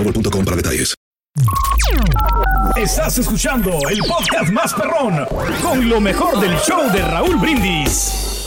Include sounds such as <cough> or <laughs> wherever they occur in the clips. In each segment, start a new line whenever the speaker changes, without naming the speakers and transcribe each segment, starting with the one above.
mobile.com para detalles.
Estás escuchando el podcast más perrón con lo mejor del show de Raúl Brindis.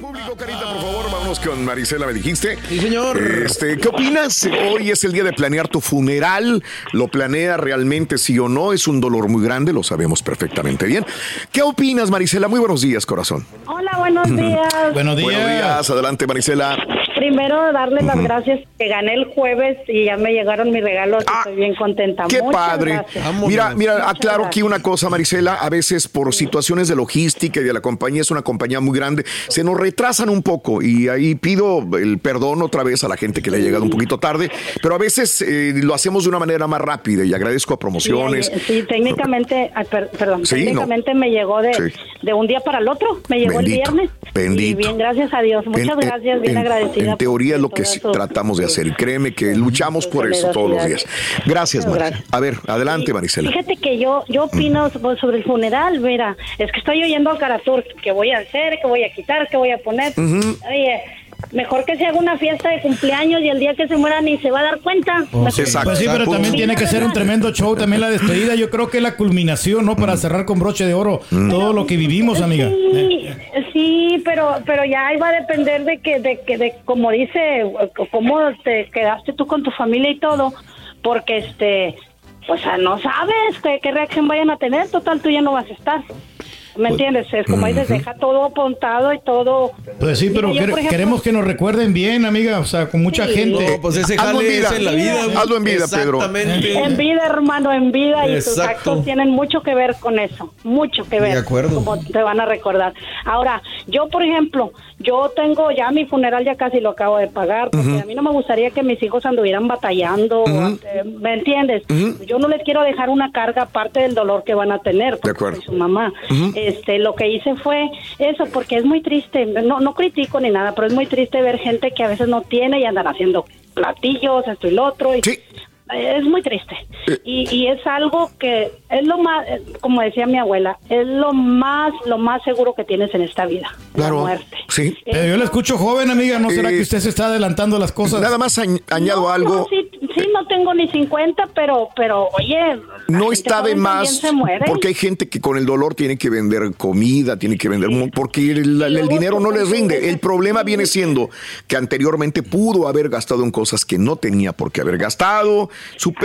Público, carita, por favor, vámonos con Marisela, me dijiste.
Sí, señor.
Este, ¿Qué opinas? Hoy es el día de planear tu funeral. ¿Lo planea realmente, sí o no? Es un dolor muy grande, lo sabemos perfectamente bien. ¿Qué opinas, Marisela? Muy buenos días, corazón.
Hola,
<laughs>
buenos días.
Buenos días.
Buenos días, adelante, Marisela.
Primero, darles las gracias que gané el jueves y ya me llegaron mis regalos. y Estoy bien contenta.
Ah, Qué
Muchas
padre.
gracias.
Vámonos.
Mira, mira,
Muchas
aclaro aquí
gracias.
una cosa, Marisela. A veces por situaciones de logística y de la compañía, es una compañía muy grande, se nos retrasan un poco y ahí pido el perdón otra vez a la gente que le ha llegado un poquito tarde, pero a veces eh, lo hacemos de una manera más rápida y agradezco a
Sí,
promociones.
eh, sí, técnicamente, ay, per- perdón,
Sí, no.
técnicamente me llegó de,
Sí.
de un día para el otro, me llegó
Bendito,
el viernes.
bendito.
Y bien, gracias a Dios, muchas
En- en-
gracias, bien
en-
agradecida.
En teoría es
por
lo que
todas
sí
sus-
tratamos de
sus-
hacer. y Créeme que luchamos
su
por eso todos los días.
generosidad.
Gracias,
Muchas
Marisela.
gracias.
A ver, adelante, Marisela.
Fíjate que yo yo opino so- sobre el funeral, mira, es que estoy oyendo a Caratur, que voy a hacer, que voy a quitar, que voy a poner. Oye, mejor que se haga una fiesta de cumpleaños y el día que se muera ni se va a dar cuenta. Mejor-
Oh, Exacto.
Pues sí, pero
Punto.
también tiene que ser un tremendo show, también la despedida. Yo creo que es la culminación, ¿no?
Mm.
Para cerrar con broche de oro todo lo que vivimos, amiga.
Sí, sí, pero pero ya ahí va a depender de que de que de como dice cómo te quedaste tú con tu familia y todo, porque este pues ah, no sabes qué, qué reacción vayan a tener, total tú ya no vas a estar. ¿Me entiendes? Es como dices, deja todo apuntado y todo.
Pues sí, pero
Mira, yo,
quer-
por ejemplo,
queremos que nos recuerden bien, amiga, o sea, con mucha
Sí.
gente.
No,
pues ese
Hazlo en
jale es
vida.
en la vida. güey.
Hazlo en vida, Pedro.
Eh.
Exactamente.
En vida, hermano, en vida. Y tus
Exacto.
actos tienen mucho que ver con eso. Mucho que ver.
De acuerdo.
Como te van a recordar. Ahora, yo, por ejemplo, yo tengo ya mi funeral, ya casi lo acabo de pagar. Porque a mí no me gustaría que mis hijos anduvieran batallando. eh, ¿Me entiendes? Yo no les quiero dejar una carga aparte del dolor que van a tener. porque
acuerdo.
soy su mamá. Este, lo que hice fue eso, porque es muy triste. No, no critico ni nada, pero es muy triste ver gente que a veces no tiene y andan haciendo platillos, esto y lo otro. Y
Sí. Eh.
es muy triste. Y, y es algo que es lo más, eh, como decía mi abuela, es lo más, lo más seguro que tienes en esta vida.
Claro.
La muerte.
Sí.
Pero yo la escucho joven, amiga, ¿no será
Eh,
que usted se está adelantando las cosas?
Nada más añ- añado
No,
algo.
no, sí, sí, no tengo ni 50, pero, pero oye. la
no
gente
está de
joven
más
también se muere.
porque hay gente que con el dolor tiene que vender comida, tiene que vender mu- porque el, el
Luego, pues
dinero no les rinde. El problema viene siendo que anteriormente pudo haber gastado en cosas que no tenía por qué haber gastado,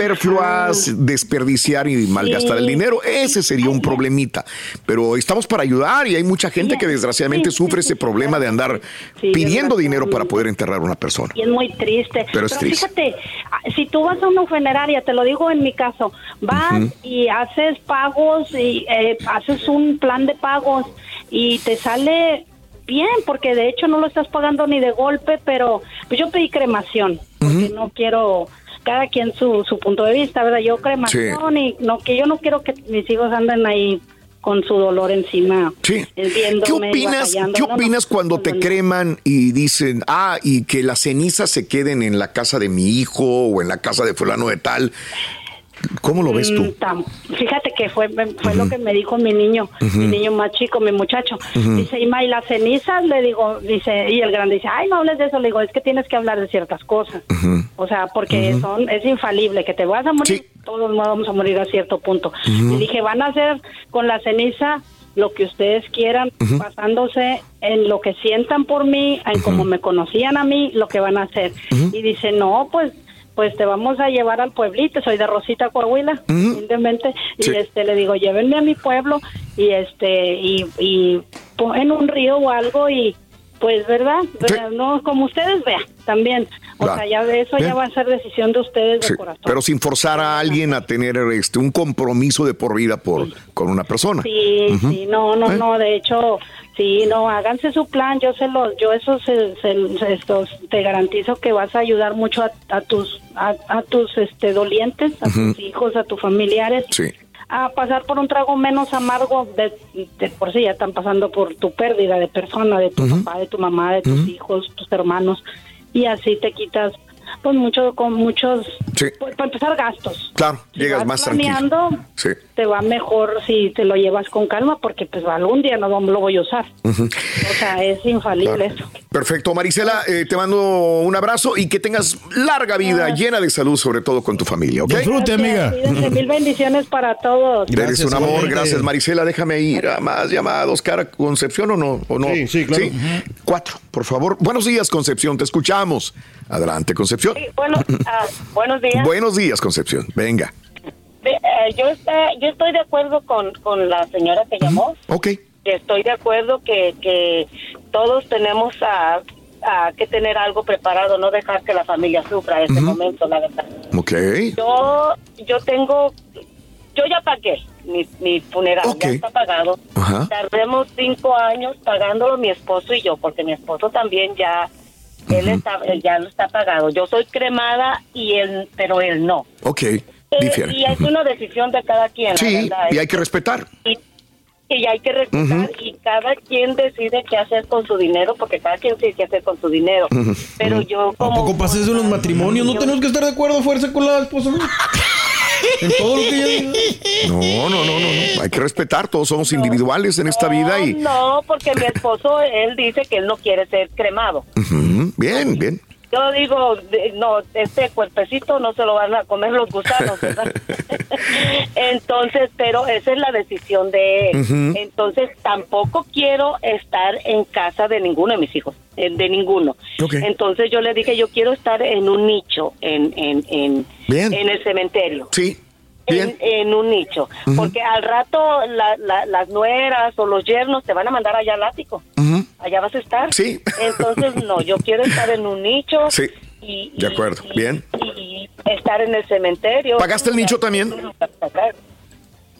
superfluas, desperdiciar y malgastar el
Sí.
dinero. Ese sería un problemita. Pero estamos para ayudar y hay mucha gente que desgraciadamente
Sí, sí,
sufre
sí,
ese
sí,
problema
claro.
de andar
Sí, es
pidiendo
verdad.
dinero para poder enterrar a una persona.
Y es muy triste.
Pero es triste.
fíjate, a- si tú vas a una funeraria, te lo digo en mi caso, vas y haces pagos y eh, haces un plan de pagos y te sale bien, porque de hecho no lo estás pagando ni de golpe, pero pues yo pedí cremación, porque no quiero cada quien su, su punto de vista, ¿verdad? Yo cremación y no que yo no quiero que mis hijos anden ahí con su dolor encima.
Sí.
eh, viéndome
¿Qué opinas,
batallando.
¿qué
No, no,
opinas cuando
no,
te
no, no.
creman y dicen, ah, y que las cenizas se queden en la casa de mi hijo o en la casa de fulano de tal? ¿Cómo lo ves
Mm,
tú?
tam- Fíjate que fue, fue lo que me dijo mi niño, mi niño más chico, mi muchacho. Dice, Ima, ¿y las cenizas? Le digo, dice, y el grande dice, ay, no hables de eso. Le digo, es que tienes que hablar de ciertas cosas. O sea, porque son, es infalible, que te vas a morir,
Sí.
todos nos vamos a morir a cierto punto. Y dije, van a hacer con la ceniza lo que ustedes quieran, basándose en lo que sientan por mí, en cómo me conocían a mí, lo que van a hacer. Y dice, no, pues pues te vamos a llevar al pueblito, soy de Rosita Coahuila, humildemente, y
Sí.
este le digo, llévenme a mi pueblo y este y, y po- en un río o algo y
Pues, ¿verdad?
Sí.
No, como ustedes vean, también. O
Claro.
sea, ya de eso
Bien.
ya va a ser decisión de ustedes de
Sí,
corazón.
pero sin forzar a alguien a tener este un compromiso de por vida por con una persona.
Sí, sí, no, no,
¿Eh?
no, de hecho, sí, no, háganse su plan, yo se lo, yo eso se, se- se- estos, te garantizo que vas a ayudar mucho a, a tus, a, a tus, este, dolientes, a tus hijos, a tus familiares,
Sí.
a pasar por un trago menos amargo, de, de por sí ya están pasando por tu pérdida de persona, de tu papá, de tu mamá, de tus hijos, tus hermanos, y así te quitas, pues mucho, con muchos,
Sí.
pues, para empezar gastos.
Claro,
pues,
Si
llegas
vas
más tranquilo.
planeando,
Sí.
te va mejor si te lo llevas con calma porque pues algún día no lo voy a usar. O sea, es infalible
Claro.
eso.
Perfecto, Marisela, eh, te mando un abrazo y que tengas larga vida llena de salud, sobre todo con tu familia, ¿ok?
Disfrute, amiga.
Cuídense, mil bendiciones para todos.
Eres un
Gracias,
amor,
igualmente.
gracias Marisela, déjame ir a más llamados, cara Concepción o no, o no.
Sí, sí, claro.
Cuatro, por favor. Buenos días, Concepción, te escuchamos. Adelante, Concepción.
Sí, bueno, ah, buenos días.
Buenos días, Concepción. Venga.
De- eh, yo, está, yo estoy de acuerdo con, con la señora que llamó.
Ok.
que Estoy de acuerdo que, que todos tenemos a, a que tener algo preparado, no dejar que la familia sufra este momento, la verdad.
Ok.
Yo, yo tengo, yo ya pagué mi, mi funeral,
Ok.
ya está pagado.
Ajá.
Tardemos cinco años pagándolo mi esposo y yo, porque mi esposo también ya, él está, él ya lo está pagado. Yo soy cremada y él, pero él no.
Ok.
Eh,
Difiere.
y es una decisión de cada quien, la
Sí,
verdad,
y
¿eh?
hay que respetar.
y, y hay que respetar y cada quien decide qué hacer con su dinero porque cada quien decide qué hacer con su dinero pero yo como
Tampoco pases de los matrimonios, no tenemos que estar de acuerdo a fuerza con la <laughs> esposa. mía? En todo lo que ella diga.
No, no, no, no, no. Hay que respetar. Todos somos individuales en esta vida y.
no porque mi esposo él dice que él no quiere ser cremado
Ujú, Bien, bien.
yo digo de- no este cuerpecito no se lo van a comer los gusanos
<laughs>
¿verdad? entonces pero esa es la decisión de él entonces tampoco quiero estar en casa de ninguno de mis hijos eh, de ninguno
Ok.
entonces yo le dije yo quiero estar en un nicho en en en,
Bien.
en el cementerio
Sí.
en,
Bien.
en un nicho, porque al rato la- la- las nueras o los yernos te van a mandar allá al ático.
Ujú.
Allá vas a estar.
Sí.
Entonces, no, yo quiero estar en un nicho.
Sí.
Y,
De acuerdo.
y-
Bien.
Y, y estar en el cementerio.
¿Pagaste el nicho también?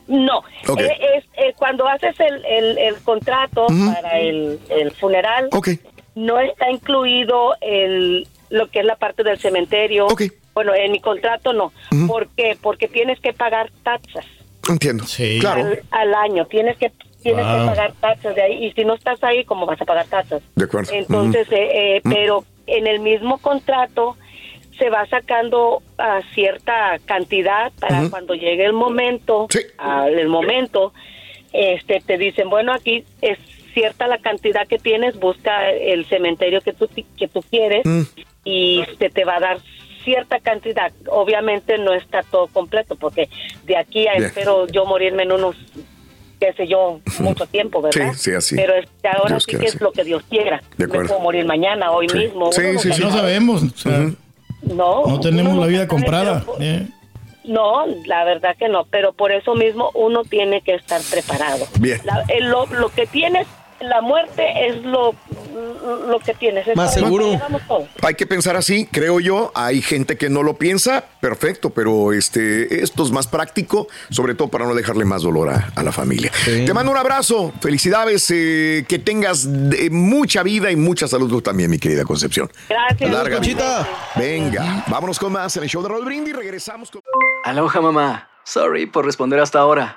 No.
Ok.
Eh, es, eh, cuando haces el, el- el contrato para el, el funeral,
Ok.
no está incluido el lo que es la parte del cementerio.
Ok.
Bueno, en mi contrato no. ¿Por qué? Porque tienes que pagar taxas
Entiendo.
Sí.
Claro.
al, al año. Tienes que tienes
Wow.
que pagar taxas de ahí. Y si no estás ahí, ¿cómo vas a pagar taxas?
De acuerdo. Mm.
Entonces, eh, eh, pero en el mismo contrato se va sacando a cierta cantidad para cuando llegue el momento,
Sí.
al el momento, este, te dicen, bueno, aquí es cierta la cantidad que tienes, busca el cementerio que tú, ti- que tú quieres
Mm.
y se te va a dar cierta cantidad. Obviamente no está todo completo porque de aquí a
Bien.
espero yo morirme en unos, qué sé yo,
<laughs>
mucho tiempo, ¿verdad?
Sí, sí, así.
Pero este, ahora
Dios
sí
quiera,
que
sí.
es lo que Dios quiera.
De acuerdo.
Me puedo morir mañana, hoy
Sí.
mismo. uno
Sí, sí,
nunca
sí.
No
sabe.
sabemos. o sea,
No,
No tenemos
uno
la vida
nunca sabe,
comprada.
pero-
¿eh?
no, la verdad que no, pero por eso mismo uno tiene que estar preparado.
Bien.
La- eh, lo, lo que tienes, la muerte es lo, lo que tienes. es
Más
para-
seguro.
para llevarnos todo.
Hay que pensar así, creo yo. Hay gente que no lo piensa, perfecto, pero este, esto es más práctico, sobre todo para no dejarle más dolor a, a la familia.
Sí.
Te mando un abrazo, felicidades, eh, que tengas de- mucha vida y mucha salud tú también, mi querida Concepción.
Gracias.
Larga
Conchita.
Venga, vámonos con más en el show de Raúl Brindis, regresamos con...
Aloha mamá. Sorry por responder hasta ahora.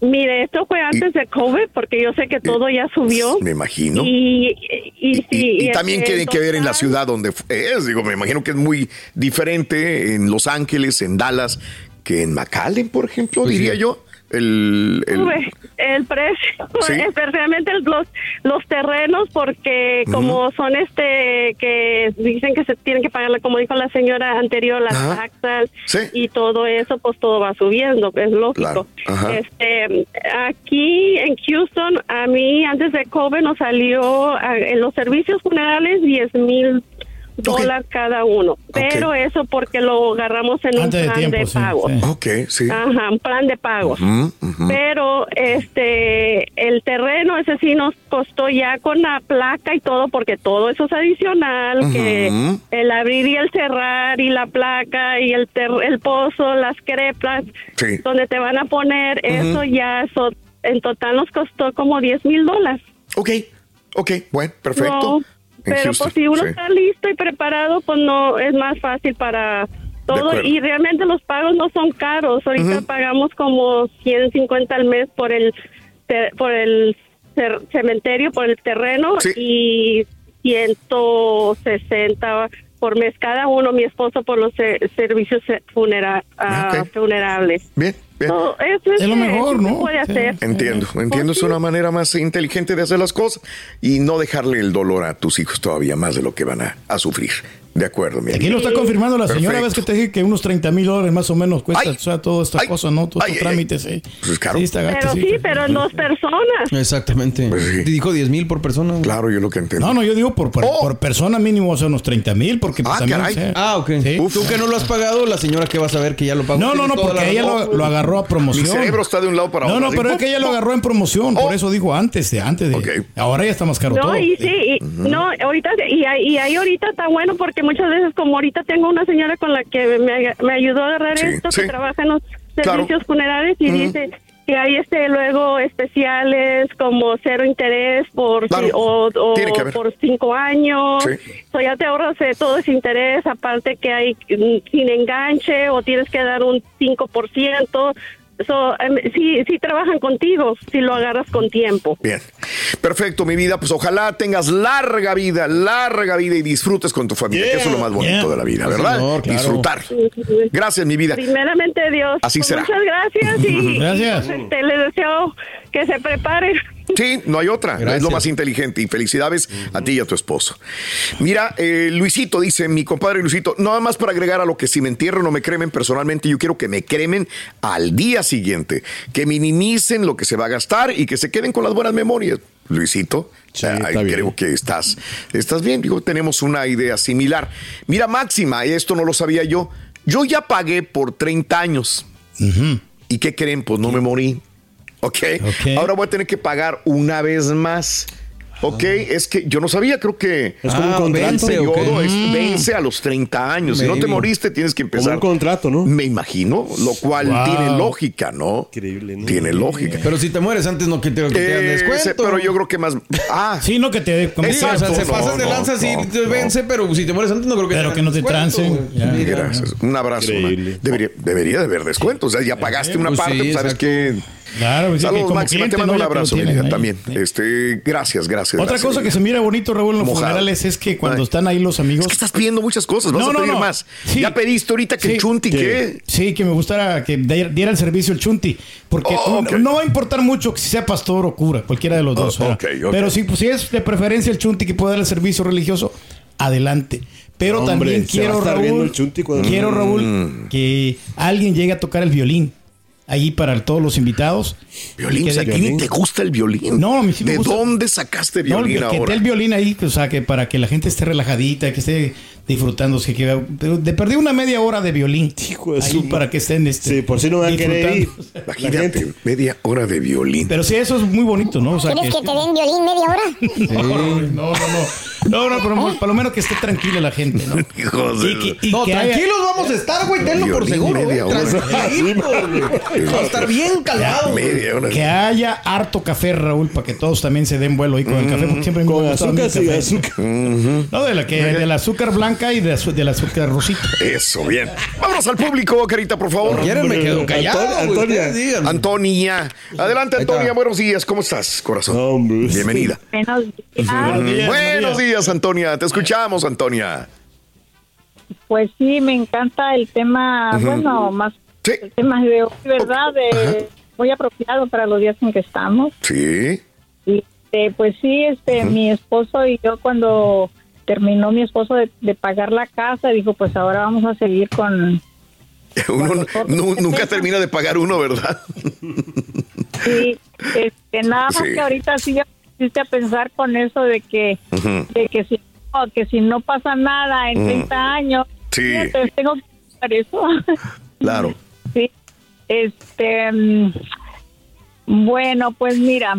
Mire, esto fue antes de COVID, porque yo sé que todo ya subió.
Me imagino.
Y, y,
Y,
sí,
y- y
este,
también tiene que ver en la
total,
ciudad donde fu- es, digo, me imagino que es muy diferente en Los Ángeles, en Dallas, que en McAllen, por ejemplo, diría yo. El, el-
sube el precio,
<laughs> Sí.
especialmente el- los, los terrenos, porque como son este, que dicen que se tienen que pagar, como dijo la señora anterior, las
Ajá.
taxas
Sí.
y todo eso, pues todo va subiendo, es lógico.
Claro. Ajá.
Este, aquí en Houston, a mí antes de COVID nos salió ah, en los servicios funerales 10 mil dólares cada uno, pero eso porque lo agarramos en
Antes
un
de
plan
tiempo,
de
sí,
pago. Ah.
sí.
Ok, sí.
Ajá, un plan de pagos.
Mm, ujú.
Pero este el terreno ese sí nos costó ya con la placa y todo porque todo eso es adicional que el abrir y el cerrar y la placa y el ter- el pozo, las crepas
Sí.
donde te van a poner eso ya eso en total nos costó como 10 mil dólares.
Ok, ok, bueno, perfecto.
No,
En
pero
Houston,
pues si uno
sí.
está listo y preparado, pues no es más fácil para todo.
acuerdo.
Y realmente los pagos no son caros. Ahorita pagamos como 150 al mes por el ter- por el cer- cementerio, por el terreno
Sí.
y 160 por mes cada uno, mi esposo por los se- servicios eh, funera- ah,
Ok.
funerables.
Bien, bien.
No, eh, pues eso
Es lo
que-
mejor,
eso se
¿no?
puede
Sí.
hacer.
Entiendo, entiendo, es una manera más inteligente de hacer las cosas y no dejarle el dolor a tus hijos todavía más de lo que van a, a sufrir. De acuerdo, mi
Aquí lo está confirmando la señora, ves
Perfecto.
que te dije que unos 30 mil dólares más o menos cuesta
Ay.
o sea, toda esta
Ay.
cosa, ¿no? Todos
Ay, ay,
estos trámites, sí.
Pues es caro.
Sí, está gasto,
Pero
sí.
sí, pero en dos personas.
Exactamente.
Pues sí.
Te dijo 10 mil por persona. güey.
Claro, yo lo que entiendo.
No, no, yo digo por, por,
Oh.
por persona mínimo, o sea, unos 30 mil, porque pues,
Ah,
también,
caray.
o sea,
Ah, ok.
Sí.
Tú que no lo has pagado, la señora que va a saber que ya lo pagó.
No, no,
Tiene
no,
toda la
porque ella
razón.
lo, lo agarró a promoción.
Mi cerebro está de un lado para
No,
otro.
no,
así.
pero es que ella lo agarró en promoción,
Oh.
por eso dijo antes de, antes de.
Ok.
Ahora ya está más caro todo.
No, y sí, y- no, ahorita, y, ahí- y ahí ahorita está bueno porque muchas veces, como ahorita tengo una señora con la que me, me ayudó a agarrar
Sí,
esto,
sí.
que trabaja en los
Claro.
servicios funerarios y dice que hay este luego especiales como cero interés por
Claro,
ci- o, o
tiene que haber.
por cinco años.
Sí.
So, ya te ahorras de todo ese interés, aparte que hay mm, sin enganche o tienes que dar un 5%. So, em, sí, sí trabajan contigo si lo agarras con tiempo.
Bien. Perfecto, mi vida. Pues ojalá tengas larga vida, larga vida y disfrutes con tu familia, que eso es lo más bonito
yeah.
de la vida,
Sí,
¿verdad?
señor, claro.
Disfrutar. Gracias, mi vida.
Primeramente Dios. Pues
Así será.
Muchas gracias y
Gracias.
y, pues, este, les deseo
que se preparen.
Sí, no hay otra. Es lo más inteligente. Y felicidades a ti y a tu esposo. Mira, eh, Luisito dice, mi compadre Luisito, nada más para agregar a lo que si me entierran o me cremen personalmente, yo quiero que me cremen al día siguiente, que minimicen lo que se va a gastar y que se queden con las buenas memorias. Luisito, ay, creo que estás, estás bien. Digo, tenemos una idea similar. Mira, Máxima, esto no lo sabía yo. Yo ya pagué por 30 años. ¿Y qué creen? Pues no me morí. ok. Ahora voy a tener que pagar una vez más. Ok,
Ah.
es que yo no sabía, creo que
Es como un
Ah,
contrato,
el
¿o qué?
periodo
Mm.
es-
Mm.
vence a los 30 años. Si no te
Maybe.
moriste, tienes que
Como
empezar.
un contrato, ¿no?
Me imagino, lo cual
Wow.
tiene lógica, ¿no?
Increíble, ¿no?
Tiene lógica.
Pero si te mueres antes no que te, que te dan
Eh,
descuento.
sé, pero yo creo que más. Ah,
Sí, no que te dé.
Sí, o sea,
Exacto,
se
no,
pasas de
no,
lanza si
no,
te
no.
vence, pero si te mueres antes no creo que
Pero
te
que no te trancen, ya.
Mira.
gracias. Un abrazo. man.
Increíble.
Debería, debería de haber descuento. O sea, ya pagaste una
pues sí,
parte, pues, sabes
exacto.
que.
Claro, pues sí, que
Saludos,
como
Máxima.
cliente,
Te
¿no?
mando un
Ya que lo
abrazo,
tienen
Belinda,
ahí,
también.
sí.
Este, gracias, gracias.
Otra
gracias,
cosa que
Belinda.
se mira bonito, Raúl, en los
Mojado.
funerales es que cuando
Ay.
están ahí los amigos.
Es que estás pidiendo muchas cosas, vas
No,
a
no,
pedir
no.
más.
Sí.
Ya pediste ahorita que
Sí.
el Chunti, ¿qué?
Sí, que me gustara que diera diera el servicio el chunti. Porque
Oh, ok.
no- no va a importar mucho que sea pastor o cura, cualquiera de los dos.
Oh,
¿verdad?
ok, ok.
Pero si, pues, si es de preferencia el chunti que pueda dar el servicio religioso, adelante. Pero
Hombre,
también
se va a
quiero,
estar viendo
Raúl,
el chunti cuando- Mm.
quiero, Raúl, que alguien llegue a tocar el violín. Ahí para todos los invitados. Y
Violín,
que
o sea, ¿a
de-
ti ni te gusta el violín?
No, a mí sí me
¿De
gusta.
dónde sacaste
No,
violín
que, que esté
ahora?
el violín ahí, que, o sea, que para que la gente esté relajadita, que esté disfrutando, que, que- pero de perdí una media hora de violín
Hijo de
ahí
su ma-
para que estén este,
Sí, por si no van a querer ir.
disfrutando. <laughs>
Imagínate, media hora de violín.
Pero sí, eso es muy bonito, ¿no? O sea, que,
¿Quieres que te den violín media hora?
<laughs> no, no, no, no, no, no, pero para lo menos que esté tranquila la gente,
<laughs>
¿no?
Hijos de-
Y que- y
No,
que haya-
tranquilos vamos a estar, güey, tenlo por
Violín
seguro.
media
güey,
hora.
Tranquilos,
<laughs>
güey. Vamos a estar bien calmados. güey.
Media hora.
Que haya harto café, Raúl, para que todos también se den vuelo ahí con el café,
Mm.
porque siempre me
Con
ha gustado a mí
azúcar,
el
sí,
café.
azúcar.
No, de la que, del azúcar blanca y de azu- del azúcar rosita.
Eso, bien. Vámonos al público, carita, por favor.
Quieren, me quedo callado,
Antonio-
güey,
Antonia.
ustedes digan.
Antonia. Adelante,
Ahí está.
Antonia. Buenos días. ¿Cómo estás, corazón?
No, hombre.
Bienvenida.
Menos
<laughs>
ah,
Buenos días, Antonia. Te escuchamos, Antonia.
Pues sí, me encanta el tema, bueno, más
Sí.
el tema de hoy, ¿verdad? De, muy apropiado para los días en que estamos.
Sí.
Y este, pues sí, este, mi esposo y yo cuando terminó mi esposo de, de pagar la casa, dijo, pues ahora vamos a seguir con...
Uno nu- nunca termina de pagar uno, ¿verdad?
Sí, este, nada más
Sí.
que ahorita sí ya pusiste a pensar con eso de que, de que, si, no, que si no pasa nada en 30 años,
Sí.
fíjate, tengo que pensar eso. <laughs>
Claro.
Sí. Este, mm, bueno, pues mira,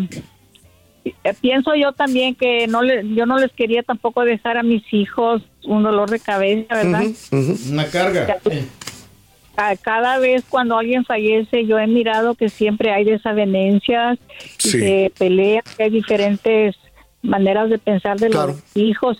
eh, pienso yo también que no le, yo no les quería tampoco dejar a mis hijos un dolor de cabeza, ¿verdad?
Una carga. Eh,
Ca- Cada vez cuando alguien fallece, yo he mirado que siempre hay desavenencias, y
Sí.
se pelean, que hay diferentes maneras de pensar de
Claro.
los hijos.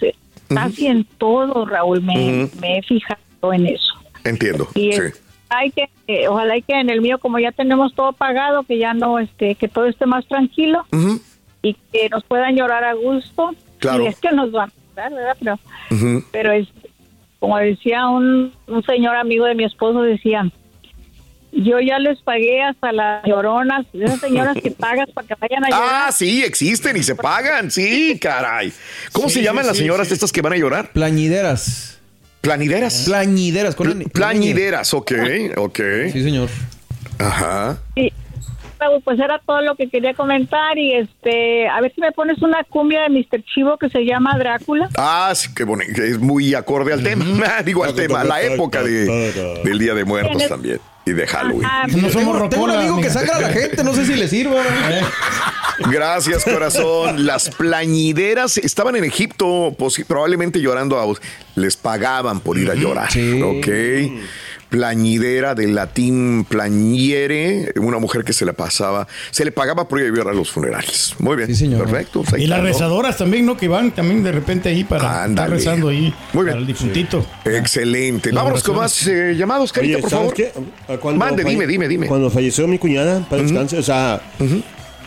Casi en todo, Raúl, me, me he fijado en eso.
Entiendo.
Y
Sí.
es- hay que, eh, ojalá y que en el mío, como ya tenemos todo pagado, que ya no, este, que todo esté más tranquilo
Ujú.
y que nos puedan llorar a gusto.
Claro.
Y es que nos van a llorar, ¿verdad? Pero, pero es, como decía un, un señor amigo de mi esposo, decía, yo ya les pagué hasta las lloronas, esas señoras
<laughs>
que pagas para que vayan a llorar.
Ah, sí, existen y se pagan. Sí, caray. ¿Cómo se llaman las señoras estas que van a llorar?
Plañideras.
Planideras.
Plañideras. Con N.
Pl- Plañideras, ok, Ah. ok.
Sí, señor.
Ajá.
Sí. Raúl, Pues era todo lo que quería comentar y este, a ver si me pones una cumbia de Mr. Chivo que se llama Drácula.
Ah, sí, qué bonito. Es muy acorde al tema. <laughs> Digo, al tema, a la época de, del Día de Muertos también y de Halloween.
Ah,
No somos
Tengo, tengo un
rocola,
amigo
amiga.
que sangra
<laughs>
a la gente, no sé si le sirva.
<laughs> Gracias, corazón. Las plañideras estaban en Egipto, posi- probablemente llorando a Les pagaban por ir a llorar.
Sí.
Ok. Plañidera del latín plañiere, una mujer que se la pasaba, se le pagaba por ir a llorar a los funerales. Muy bien.
Sí, señor.
Perfecto. Pues ahí
Y las
está, ¿no?
rezadoras también, ¿no? Que van también de repente ahí para estar
Ándale.
rezando ahí
Muy bien.
para el difuntito.
Excelente.
Las
Vámonos con más eh, llamados, carita, por favor.
A- Ah, cuando
Mande,
falle-
dime, dime, dime.
Cuando falleció mi cuñada, para descanse, o sea,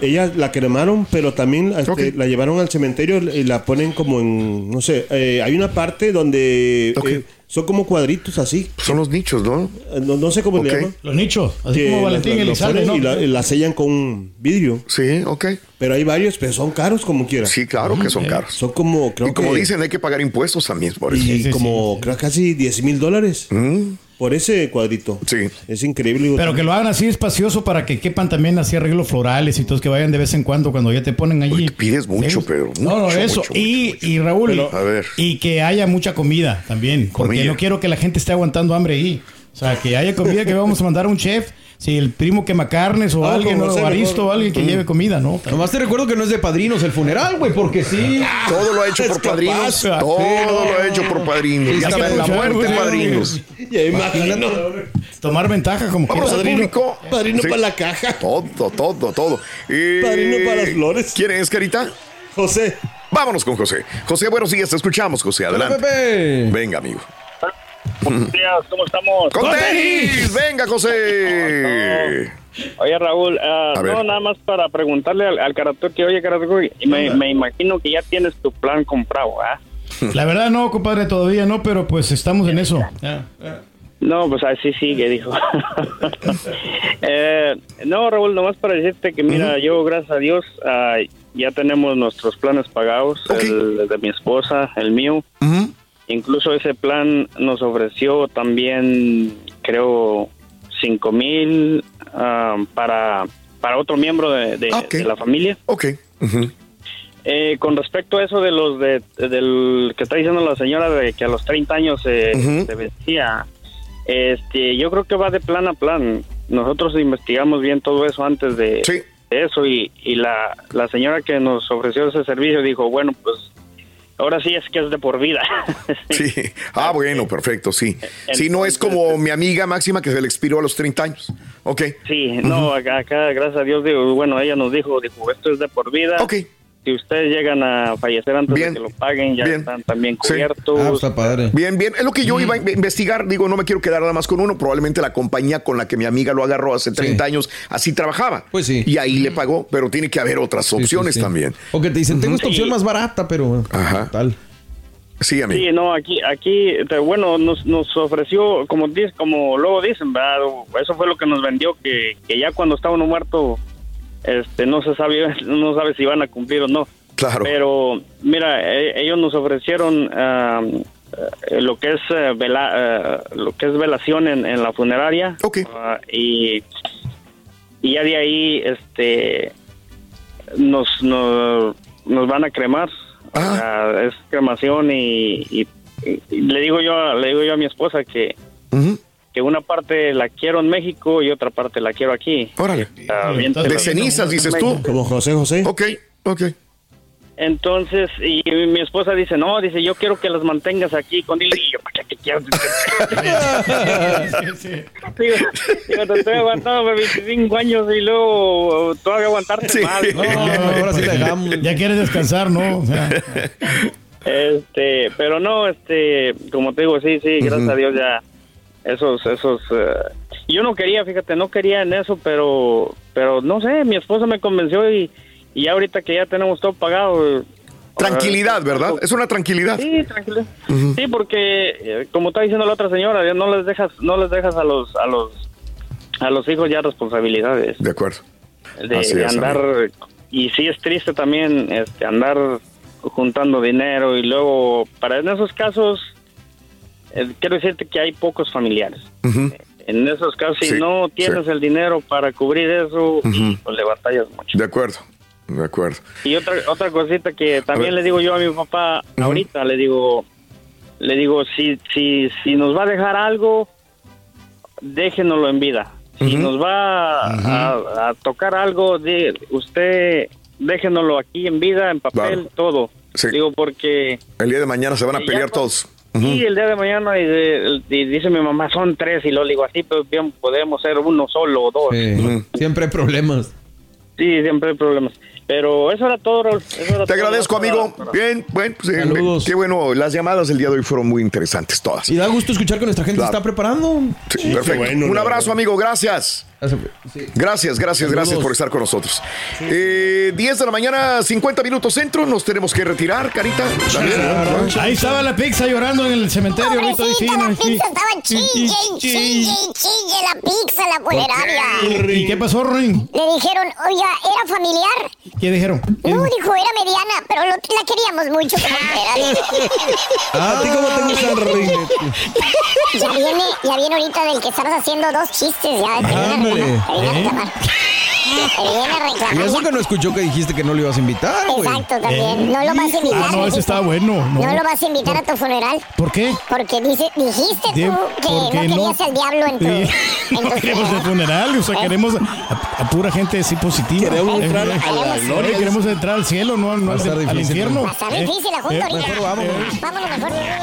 ella la cremaron, pero también este,
Ok.
la llevaron al cementerio y la ponen como en, no sé, eh, hay una parte donde
Ok. Pues
eh, Son como cuadritos así. Eh,
Son los nichos, ¿no?
No, no sé cómo
Ok.
le llaman.
Los nichos, así
Que
como
la-
Valentín
la- la
Elizalde,
ponen
¿no?
Y la, la sellan con vidrio.
Sí, ok.
Pero hay varios, pero son caros como quiera. Eh,
Sí, claro que son caros.
Son como, creo
Y como
que-
dicen, hay que pagar impuestos también por
y
eso.
como, creo casi 10 mil dólares
Mm,
por ese cuadrito.
Sí.
Es increíble. digo,
Pero que lo hagan así espacioso para que quepan también así arreglos florales y todos que vayan de vez en cuando cuando ya te ponen allí.
Uy, te pides mucho,
Sí.
Pedro,
no, no,
mucho,
eso.
mucho,
y,
mucho,
y Raúl,
Pero, a ver.
y que haya mucha comida también. Porque
Comida.
no quiero que la gente esté aguantando hambre ahí. O sea, que haya comida que vamos a mandar a un chef. Si el primo quema carnes o
Ah,
alguien,
como
o
sea,
Aristo,
mejor.
o alguien que
Mm.
lleve comida, ¿no?
Nomás te recuerdo que no es de padrinos el funeral, güey, porque sí.
Todo lo ha hecho
Es
por
capaz,
padrinos.
¿verdad?
Todo lo ha hecho por padrinos. Y
Hay
hasta
que
en la
aprovechar,
muerte,
güey.
padrinos.
Ya imagino.
Tomar ventaja como
Vamos
quiera.
al público.
Padrino
Sí.
para
<laughs>
la caja.
Todo, todo, todo. Y-
Padrino para las flores.
¿Quién es, Carita?
José.
Vámonos con José. José, buenos días. Te escuchamos, José. Adelante.
Pepe.
Venga, amigo.
Buenos días, ¿cómo estamos?
¡Con tenis! ¡Venga, José!
Oye, Raúl, ah,
A ver.
no, nada más para preguntarle al, al que oye, Karatuki, me, me imagino que ya tienes tu plan comprado, ¿ah?
La verdad, no, compadre, todavía no, pero pues estamos en eso.
No, pues así sigue, dijo. <laughs> Eh, no, Raúl, nomás para decirte que, mira, yo, gracias a Dios, ah, ya tenemos nuestros planes pagados,
Ok.
el de mi esposa, el mío. Incluso ese plan nos ofreció también, creo, cinco mil ah, para, para otro miembro de, de-
Ah, ok.
de la familia.
Ok. Ujú.
Eh, con respecto a eso de los de, del que está diciendo la señora de que a los 30 años se,
Ujú.
se vestía, este, yo creo que va de plan a plan. Nosotros investigamos bien todo eso antes de,
Sí.
de eso y, y la, la señora que nos ofreció ese servicio dijo, bueno, pues ahora sí es que es de por vida. <laughs>
Sí. Ah, bueno, perfecto, sí. Sí, no es como mi amiga máxima que se le expiró a los 30 años. Ok.
Sí, no, acá, acá, gracias a Dios, digo, bueno, ella nos dijo, dijo, esto es de por vida.
Ok.
Si ustedes llegan a fallecer antes
Bien.
de que lo paguen, ya
Bien.
están también
Sí.
cubiertos.
Ah, está padre.
Bien, bien. Es lo
Mm.
que yo iba a in- investigar. Digo, no me quiero quedar nada más con uno. Probablemente la compañía con la que mi amiga lo agarró hace 30 años, así trabajaba.
Pues sí.
Y ahí le pagó, pero tiene que haber otras
Sí, sí,
opciones
sí.
también.
O que te dicen, tengo esta opción más barata, pero.
Ajá.
Tal.
Sí, amigo.
Sí, no, aquí, aquí, te- bueno, nos, nos ofreció, como dice, como luego dicen, ¿verdad? eso fue lo que nos vendió, que, que ya cuando está uno muerto, este, no se sabe, <laughs> no sabe si van a cumplir o no.
Claro.
Pero, mira, e- ellos nos ofrecieron ah, eh, lo que es eh, vela- ah, lo que es velación en, en la funeraria.
Ok.
Ah, y, y ya de ahí, este, nos, nos, nos van a cremar.
Ah.
Ah, es cremación y, y- y- y le digo yo, a- le digo yo a mi esposa que,
Ujú.
que una parte la quiero en México y otra parte la quiero aquí.
Órale.
Ah, bien,
entonces-
te
Oh, De
lo-
cenizas, dices tú.
Como José José.
Ok, ok.
Entonces, y mi esposa dice, no, dice, yo quiero que las mantengas aquí con él. Y yo, ¿para qué te
<laughs>
quiero? Digo, digo, te estoy aguantando por 25 años y luego todavía aguantarte
Sí.
mal.
No, ahora sí te dejamos.
Ya quieres descansar, ¿no? O sea,
Este, pero no, este, como te digo, sí, sí, gracias a Dios ya esos, esos. eh, yo no quería, fíjate, no quería en eso, pero, pero no sé, mi esposa me convenció y, y ya ahorita que ya tenemos todo pagado. eh,
Tranquilidad, ¿verdad? Es una tranquilidad.
Sí, tranquilo. Sí, porque eh, como está diciendo la otra señora, ya no les dejas, no les dejas a los, a los, a los hijos ya responsabilidades
De acuerdo.
de,
Así
de
es,
andar y sí es triste también este andar juntando dinero y luego para en esos casos eh, quiero decirte que hay pocos familiares eh,
Ujú.
en esos casos
Sí,
si no tienes
sí.
el dinero para cubrir eso pues le batallas mucho
De acuerdo. De acuerdo.
y otra otra cosita que
ver.
también le digo yo a mi papá
Ujú.
ahorita le digo le digo si si si nos va a dejar algo déjenoslo en vida. Si nos va a- a, tocar algo, de usted déjenoslo aquí en vida, en papel,
Claro.
todo.
Sí.
Digo, porque...
El día de mañana se van a
Ya
pelear
con-
todos.
Sí, el día de mañana y, de- y dice mi mamá, son tres, y lo digo así, pero bien, podemos ser uno solo o dos.
Sí. Siempre hay problemas.
Sí, siempre hay problemas. Pero eso era todo, Raúl. Eso era
Te
todo.
agradezco,
Gracias,
amigo.
Raúl.
Bien, bueno, pues, eh, qué bueno. Las llamadas del día de hoy fueron muy interesantes todas.
Y da gusto escuchar que nuestra gente se
Claro.
está preparando.
Sí,
qué
perfecto.
bueno,
Un
la
abrazo,
verdad.
amigo. Gracias. Gracias, gracias, gracias por estar con nosotros. Eh, 10 de la mañana, 50 minutos centro. Nos tenemos que retirar, Carita. Daniel.
Ahí estaba la pizza llorando en el cementerio. ahorita
Pobrecita, la
diciendo,
pizza estaba
sí,
chille, <laughs>
sí,
chille, chille, la pizza, la
¿Y
culeraria.
qué pasó, Rin?
Le dijeron, oiga, ¿era familiar?
¿Qué dijeron?
No, dijo, era mediana, pero lo- la queríamos mucho
<laughs>
como
Ah, ¿a ti cómo te gusta el ring?
<laughs> ya viene, ya viene ahorita del que estabas haciendo dos chistes, ya. te viene a
Ándale.
reclamar. Te viene a reclamar.
Y eso que no escuchó que dijiste que no lo ibas a invitar, güey.
Exacto, también. No lo vas a invitar.
Ah, no, ese está
bueno.
No, lo vas a invitar a tu funeral.
¿Por qué?
Porque dice, dijiste tú
Die-
que no
porque
querías
no-
al diablo en tu... ¿Eh?
Sí. <laughs> No queremos el funeral, o sea, queremos a, a pura gente así positiva.
Queremos
Eh,
entrar a la
eh,
gloria.
eh, queremos entrar al cielo, no, no
Va a
al,
estar
al
difícil,
infierno.
¿no?
Va a estar
Eh,
difícil la junta
eh,
ahorita.
mejor vámonos.
Vámonos mejor.
Eh.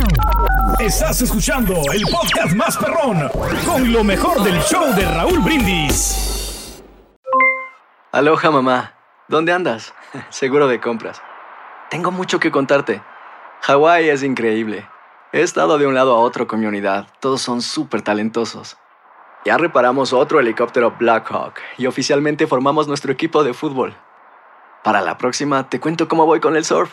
Vámonos.
<laughs>
Estás escuchando el podcast más perrón con lo mejor del show de Raúl Brindis.
Aloha mamá, ¿dónde andas? <laughs> Seguro de compras. Tengo mucho que contarte. Hawái es increíble. He estado de un lado a otro con mi unidad. Todos son súper talentosos. Ya reparamos otro helicóptero Blackhawk y oficialmente formamos nuestro equipo de fútbol. Para la próxima te cuento cómo voy con el surf